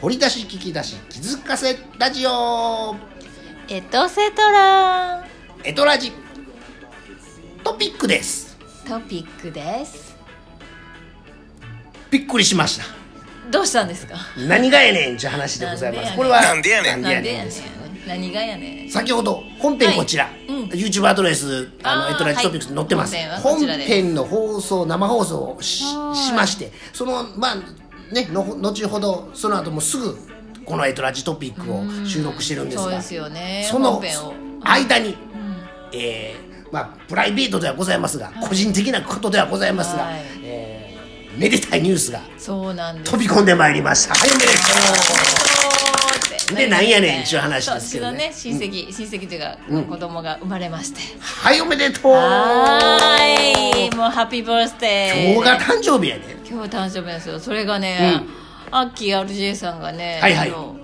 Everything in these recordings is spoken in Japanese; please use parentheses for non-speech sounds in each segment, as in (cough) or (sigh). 掘り出し聞き出し気づかせラジオエトセトラエトラジトピックですトピックですびっくりしましたどうしたんですか何がやねんって話でございますなんでやねんこれはなんでやねんなんでやねんやでねすん何がやねん先ほど本編こちら、うん YouTube アドレスああのーエトラジトピックスに載ってます、はい本編本編はこちらですの放送生放送をしはいしましてそのまあねの後ほどその後もすぐこのエトラジトピックを収録してるんですがそうですよねその本編を間に、えーまあ、プライベートではございますが、個人的なことではございますが、はいえーめでたいニュースがそうなんです飛び込んでまいりました。はい、おめでとおーってでなんやねんっちゅう話ですけどそうね私のね親戚、親戚というか、子供が生まれましてう。はい、おめでとう。はーいもうハッピーバースデー今日が誕生日やね。今日誕生日なんですよそれがね、アッキー RJ さんがね、はいはいあの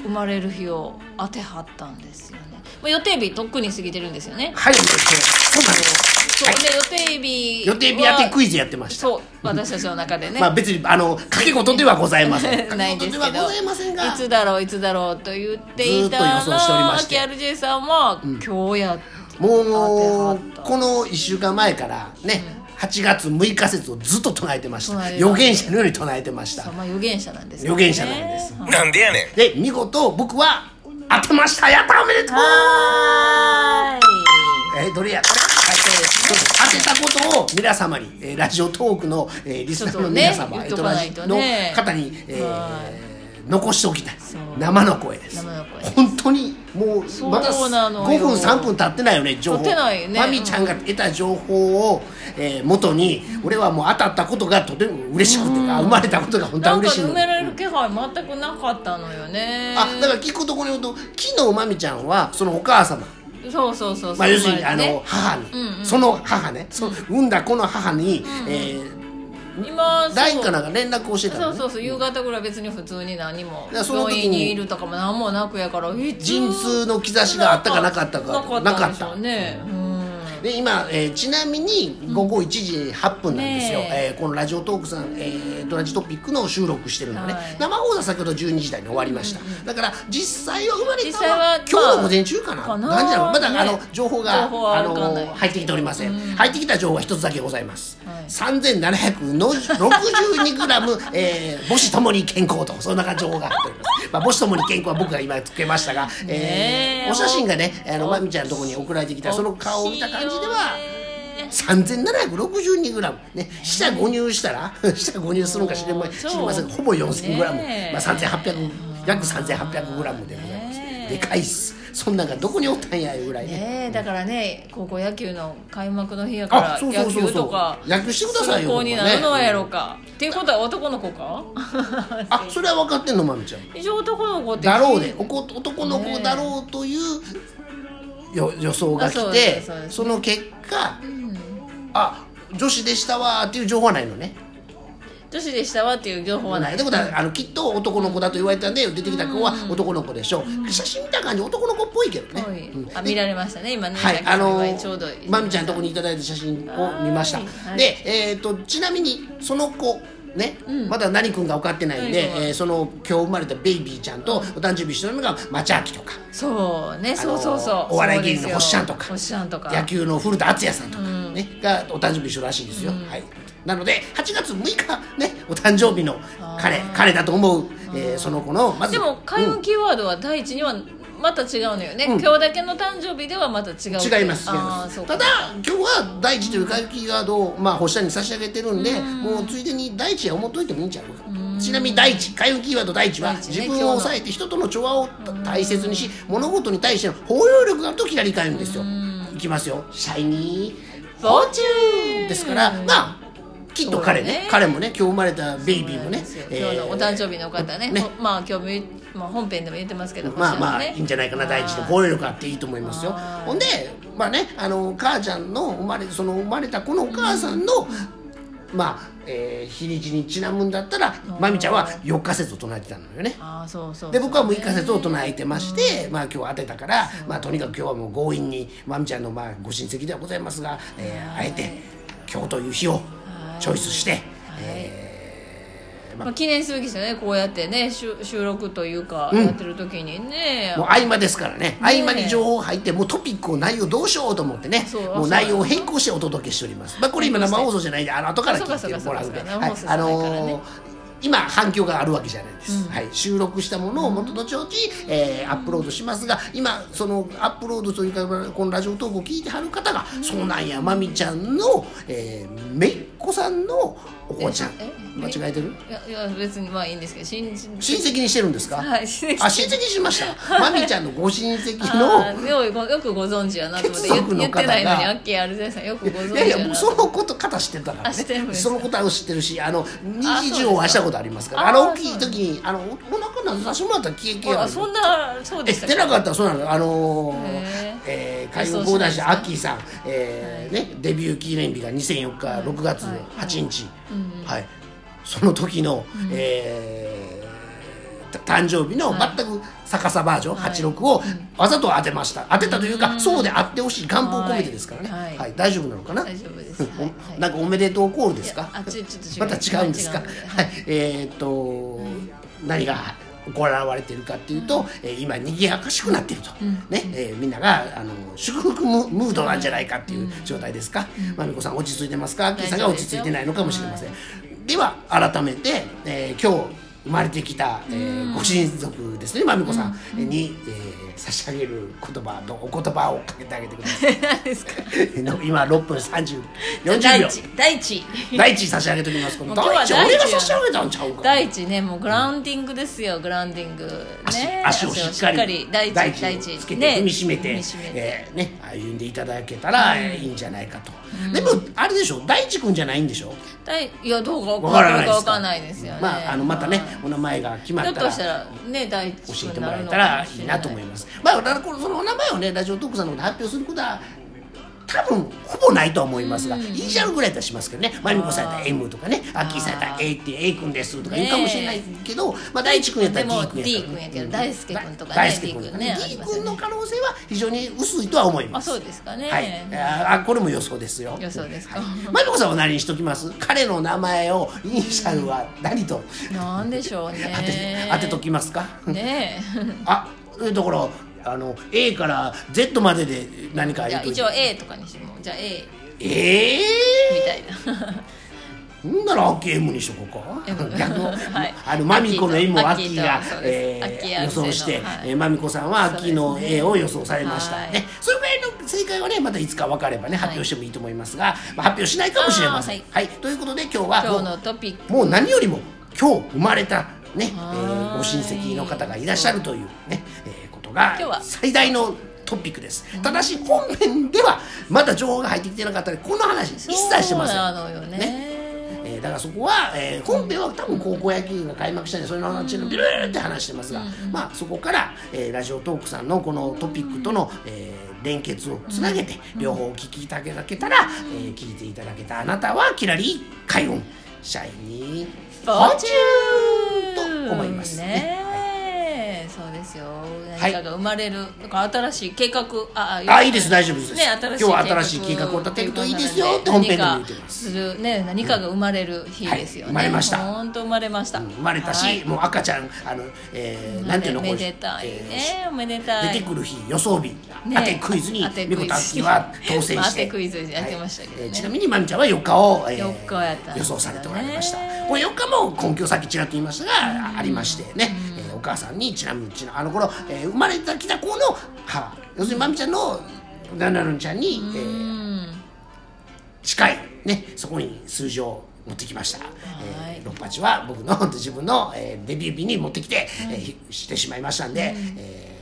生まれる日を当てはったんですよね、まあ、予定日とっくに過ぎてるんですよねはい、おめでとう。そうなんです。そうで予定日予定日やっていクイズやってました。そう私たちの中でね、まあ別に、あの、掛け事ではございません。 (laughs) ないんですけど掛事ではございませんがい、つだろういつだろうと言っていたらずっと予想しておりましてアッキー RJ さんは、今日やってもう当てはっ、たこの1週間前からね、8月6日説をずっと唱えてまし唱た。えてました予言者のように唱えてましたそう。まあ預言者なんです預言者なんですなんでやねんで見事僕は当てましたやったおめでとうはーいえーどれやこれ当てたことを皆様に、えーラジオトークの、えーリスナーの皆様、ちょえーっとね言っととかラなジいとのね方に、えーは残しておきたいう生の声です生の声です本当にもうそうまだな5のよ分3分経ってないよね情報経ってないよねマミちゃんが得た情報を、えー元に俺はもう当たったことがとても嬉しくて、あ生まれたことが本当はなんか嬉しい埋のめられる気配全くなかったのよねあだから聞くところによると昨日まみちゃんはそのお母様そうそうそうそうまあ、要するに生まあれてのね母に、うんうんその母ねその産んだ子の母に、え今ー、誰そうかなんか連絡をしてたその、うね、そうそう夕方ぐらい別に普通に何もらその時病に院にいるとかも何もなくやからえ陣痛の兆しがあったかなかったかななかかっったたんでしょうねうんで今、えーちなみに午後1時8分なんですよ、ねえーこのラジオトークさん、えードラジトピックの収録してるのね、はい生放送は先ほど12時台に終わりました、だから実際は生まれた実際のはは今日まのあ午前中かな,、かななんじゃないまだ、ねあの情報が情報はあわかんないの入ってきておりません、入ってきた情報は一つだけございます、はい3762グラム、 (laughs) えー母子ともに健康とそんな感じの情報が入っております、まあ、母子ともに健康は僕が今つけましたが、えねえーお写真がねあのおまみちゃんのところに送られてきたその顔を見た感じでは大きいよね3762グラムね下誤入したら (laughs) 下誤入するのか知りまもうそう知りませんがほぼ4000グラム、ねえまあ、3800約3800グラムでございます、ねえでかいっすそんなんがどこにおったんやいうぐらいねねえだからね高校野球の開幕の日やかあらそうそう野そうそう球とか野球してくださいよ高校になるのはやろうかっていうことは男の子かあそれは分かってんのまみちゃん一応男の子ってだろうでおこ男の子だろうというよ予想があそ来てうですそうですその結果、あ女子でしたわーっていう情報はないのね女子でしたわっていう情報はないってことはあのきっと男の子だと言われたんで出てきた子は男の子でしょう、写真見た感じ男の子っぽいけどね、はいうんあ見られましたね今ねはい、あのちょうどまみちゃんのとこにいただいた写真を見ました、はいで、えー、とちなみにその子ね、まだ何君が分かってないんで何、君はえーその今日生まれたベイビーちゃんとお誕生日一緒なのが町明とかそうねそうそうそう、あのお笑い芸人のそうですよほっしゃんとかほっしゃんとか野球の古田敦也さんとか、ねがお誕生日一緒らしいですよ、はい、なので8月6日ねお誕生日の彼彼だと思う、えーその子のまずでも開うん運キーワードは第一にはまた違うのよね、今日だけの誕生日ではまた違うって違います違いあまーすそうたかだ今日は大地という会議ガードを、まあ、星下に差し上げてるんでもうついでに大地は思っといてもいいんちゃうかちなみに大地開運キーワード大地は大地ね自分を抑えて人との調和を大切にし物事に対しての包容力があるとキラリ開運ですよいきますよシャイニーフォーチューンですからまあきっと彼ねそうね彼もね今日生まれたベイビーもそうなんねですよえー今日のお誕生日の方ねねほまあ今日も言う、まあ、本編でも言ってますけど、まあまもあちろねいいんじゃないかな第一であー防衛力あっていいと思いますよあーほんでまあねあの母ちゃんの生まれその生まれた子のお母さんの、まあ、えー日にちにちなむんだったらまみちゃんは4日説を唱えてたのよねあーそうそうで僕は6日説を唱えてまして、まあ今日当てたから、まあとにかく今日はもう強引にまみちゃんのまあご親戚ではございますが、えーあえて今日という日をチョイスして、えーままあ、あ記念すべきですよねこうやってね収収録というかうんやってる時にね、もう合間ですからね合間に情報入ってもうトピックを内容どうしようと思ってねそうもう内容を変更してお届けしております、まあ、これ今生放送じゃないんであの後から聞いてもらうんでそうかそうはいかそうか生放送じゃあないからねのー今反響があるわけじゃないです、うんはい、収録したものを元々々、えーアップロードしますが今そのアップロードというかこのラジオ投稿を聞いてはる方が、そうなんやまみちゃんの、えー、めいっ子さんのお子ちゃんええ間違えてるいやいや別にまあいいんですけど新人親戚にしてるんですか、はい親戚あ親戚にしま (laughs) したまみちゃんのご親戚のあーようごよくご存知やなと思って血言族の言っ方がてないのにアッキーアルゼンさんよくご存い知やいややもなうとそ思ってのこと方知ってたからあ知ってるんでねすそのことは知ってるしあのあ二そう次です上かはしたことありますからああの大そうきい時にあのおお腹なさせてもらったら消え消えあやそんなそうでえした出なかったらそうなのあのーへーえー海洋防弾士アッキーさん、えーね、デビュー記念日が2004日はい6月はい8日うんはいその時の、えーた誕生日のはい全く逆さバージョン、はい86をうんわざと当てました当てたというか、うんそうであってほしい願望を込めてですからね、はいはいはい、大丈夫なのかな、大丈夫です、はいはおなんかおめでとうコールですいかやあちょちょっと違まうた違うんですか違うんではい、えーっと、何が行われてるかっていうと、えー今賑やかしくなってると、うんね、えーみんながあの祝福ムムードなんじゃないかっていう状態ですか、まみこさん落ち着いてますかアッキーさんが大丈夫落ですち着いてないのかもしれません、では改めて、えー今日生まれてきた、えーご親族ですねまみこさんに、えー差し上げる言葉とお言葉をかけてあげてください (laughs) 何 (laughs) ですか今6分30 40第秒一第一大地差し上げときます。このもう今大日地、は大地俺が差し上げたんちゃうか。第一ねもうグラウンディングですよグラウンディングね足をしっかり第一大第地一をつけねて踏みしめて,、踏みしめてえーね、歩んでいただけたら、えーいいんじゃないかと、でもあれでしょ大地君じゃないんでしょ第いやどうかわからないどでうすわかんないですよねまあ、あのまたねお名前が決まっだたとらしたらね第一教地区えてにもならえるのたからもいしいれなと思いますまあだからこのそのお名前をねラジオトークさんの方で発表することは多分ほぼないとは思いますが、イニシャルぐらいだったらしますけどねまみこさんやったら M とかねアッキーさんやったら A って A 君ですとか言うかもしれないけど、まあ大地君やったら D 君やったら、でも D 君やけど大輔君とかね大輔君とか D 君ね D 君の可能性は非常に薄いとは思いますあそうですかねはいあこれも予想ですよ予想ですかはいまみこさんは何にしときます彼の名前をイニシャルは何と (laughs) なんでしょうね当て,、当てときますかねあえだからあの A から Z までで何かえじ言ゃうとあ一応 A とかにしてもじゃあ A えみえたいなー、んならアッキー M にしとこう M か逆の、 (laughs) はいあのマミコの M をアアッッキキーーとがそうですえアッキーー予想して、はいえーマミコさんはアッキーそのうですね A を予想されましたはいねそれぐらいの正解はねまたいつか分かればね発表してもいいと思いますが、まあ、発表しないかもしれません、あーはいということで今日は今日のトピックもう何よりも今日生まれたね、えはーーいご親戚の方がいらっしゃるというね、えーことが今日は最大のトピックです。ただし本編ではまだ情報が入ってきてなかったのでこの話一切してません。そうなのよねねえーだからそこは、えー本編は多分高校野球が開幕したんでそれの話のビュルーって話してますが、まあ、そこから、えーラジオトークさんのこのトピックとの、えー連結をつなげて両方お聞きいただけたら、えー聞いていただけたあなたはキラリ開運シャイニーフォーチューンと思いますねねえそうですよい何かが生まれるなんか新しい計画ああいいです大丈夫ですね、新しい今日は新しい計画を立てるといいですよって本編でも言ってます何かするね何かが生まれる日ですよはい生ね、まれました本当生まれました、うん生まれたし、はいもう赤ちゃんあの、えーなんていうのめこうでたいね、えーおめでたい出てくる日予想日、ね当てクイズに当てクイズみこたきは当選まあし (laughs) 当ててクイズやってましたけどねえーちなみにまみちゃんは4日を、え四日やったんです予よね想されておられましたこれ4日も根拠先ちらっと言いましたが、ありましてね、えーお母さんにちなみにちなあの頃、えー生まれてきた子の母要するにまみちゃんのななのちゃんに、えーうん近い、ね、そこに数字を持ってきました、いえー、68は僕の自分の、えーデビュー日に持ってきて、えーひしてしまいましたんで、えー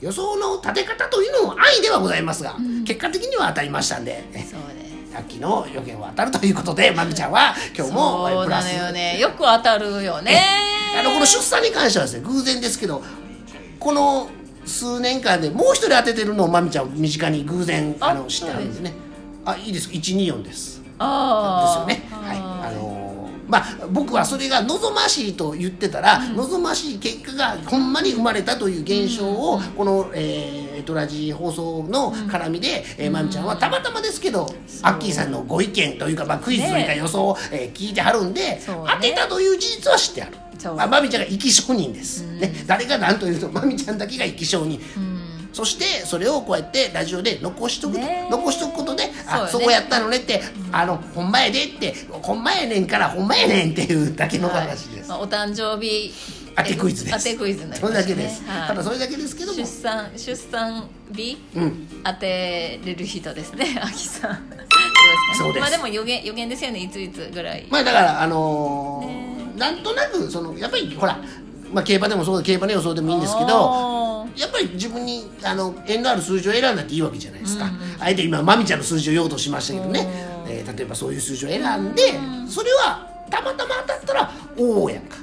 予想の立て方というのも安易ではございますが、結果的には当たりましたんで。そうですさっきの予言は当たるということで、まみちゃんは今日もえそーうプなラのス。よねよく当たるよねあのこの出産に関してはですね、偶然ですけど、この数年間でもう一人当ててるのをまみちゃん身近に偶然あのあ知ってあるんですね。あ、いいです。124です。ですよあーね。はい、あーのーまあ僕はそれが望ましいと言ってたら、望ましい結果がほんまに生まれたという現象をこの、えートラジ放送の絡みで、えーまみちゃんはたまたまですけど、アッキーさんのご意見というか、まあ、クイズというかね予想を、えー聞いてはるんで、そうね当てたという事実は知ってあるそ。うまあ、まみちゃんが生き証人です、ね、誰が何というとまみちゃんだけが生き証人、そしてそれをこうやってラジオで残しとくと、ね残しとくことで「あそそうよねこやったのね」って「あのほんまやで」って「ほんまやねんからほんまやねん」っていうだけの話です。まあ、お誕生日当てクイズです当てクイズになりそまれしただねけです、はいただそれだけですけども出産出産日、うん当てれる人ですね、 (laughs) あきさん。どうですかねそうですまあでも予言予言ですよね、いついつぐらい。まあだからあのーなんとなくそのやっぱりほら、まあ、競馬でもそうだ競馬の予想でもいいんですけどおーやっぱり自分にあの縁のある数字を選んだっていいわけじゃないですか、あえて今まみちゃんの数字を用途しましたけどね、えー例えばそういう数字を選んでそれはたまたま当たったらおおやんか、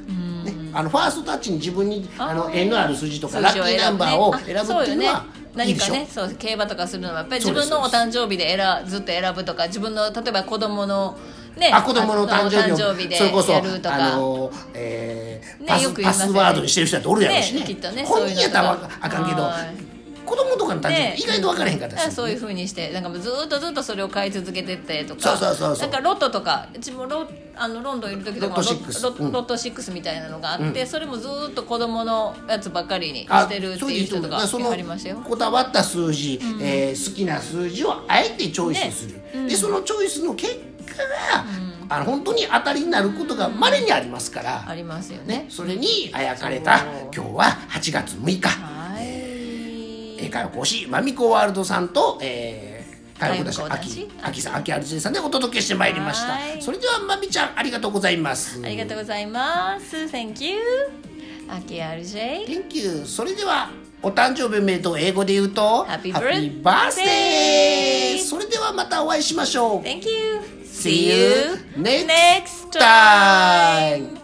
ね、あのファーストタッチに自分にあのあー縁のある数字とか数ラッ字キをーナンバーを選ぶっていうのはぶねいい何でしかょねそう競馬とかするのはやっぱりそ自うです分のお誕生日で選ずっと選ぶとか自分の例えば子供のねあ子供の誕生日をお誕生日でそれこそやるとかあの、えーねパよスく言パいますよスねワードにしてる人だっておるやろうしねねきっとね本人やったらわかあかんけどはい子供とかの誕生ね日意外と分からへんかったりあすそうるいうふうにしてなんかもうずーっとずっとそれを買い続けてってとかそうそうそうそうなんかロットとかうちもロあのロンドンいる時とロかロット6ロうんロット6みたいなのがあって、それもずーっと子供のやつばっかりにあしてるってそういういう人人ともかそのありましたよこだわった数字、えー好きな数字をあえてチョイスする、ねうんでそのチョイスの結果が、あの本当に当たりになることがまれにありますから、ありますよねね、それにあやかれた今日は8月6日。はい英会話講師マミコワールドさんと、えー、会話講師会話講師秋秋さん秋アルジェさんでお届けしてまいりましたはいそれではマミちゃんありがとうございますありがとうございます。Thank you. アキ RJ。 Thank you それではお誕生日おめでとう英語で言うと Happy birthday バースデーそれではまたお会いしましょう Thank you. See you next next time. time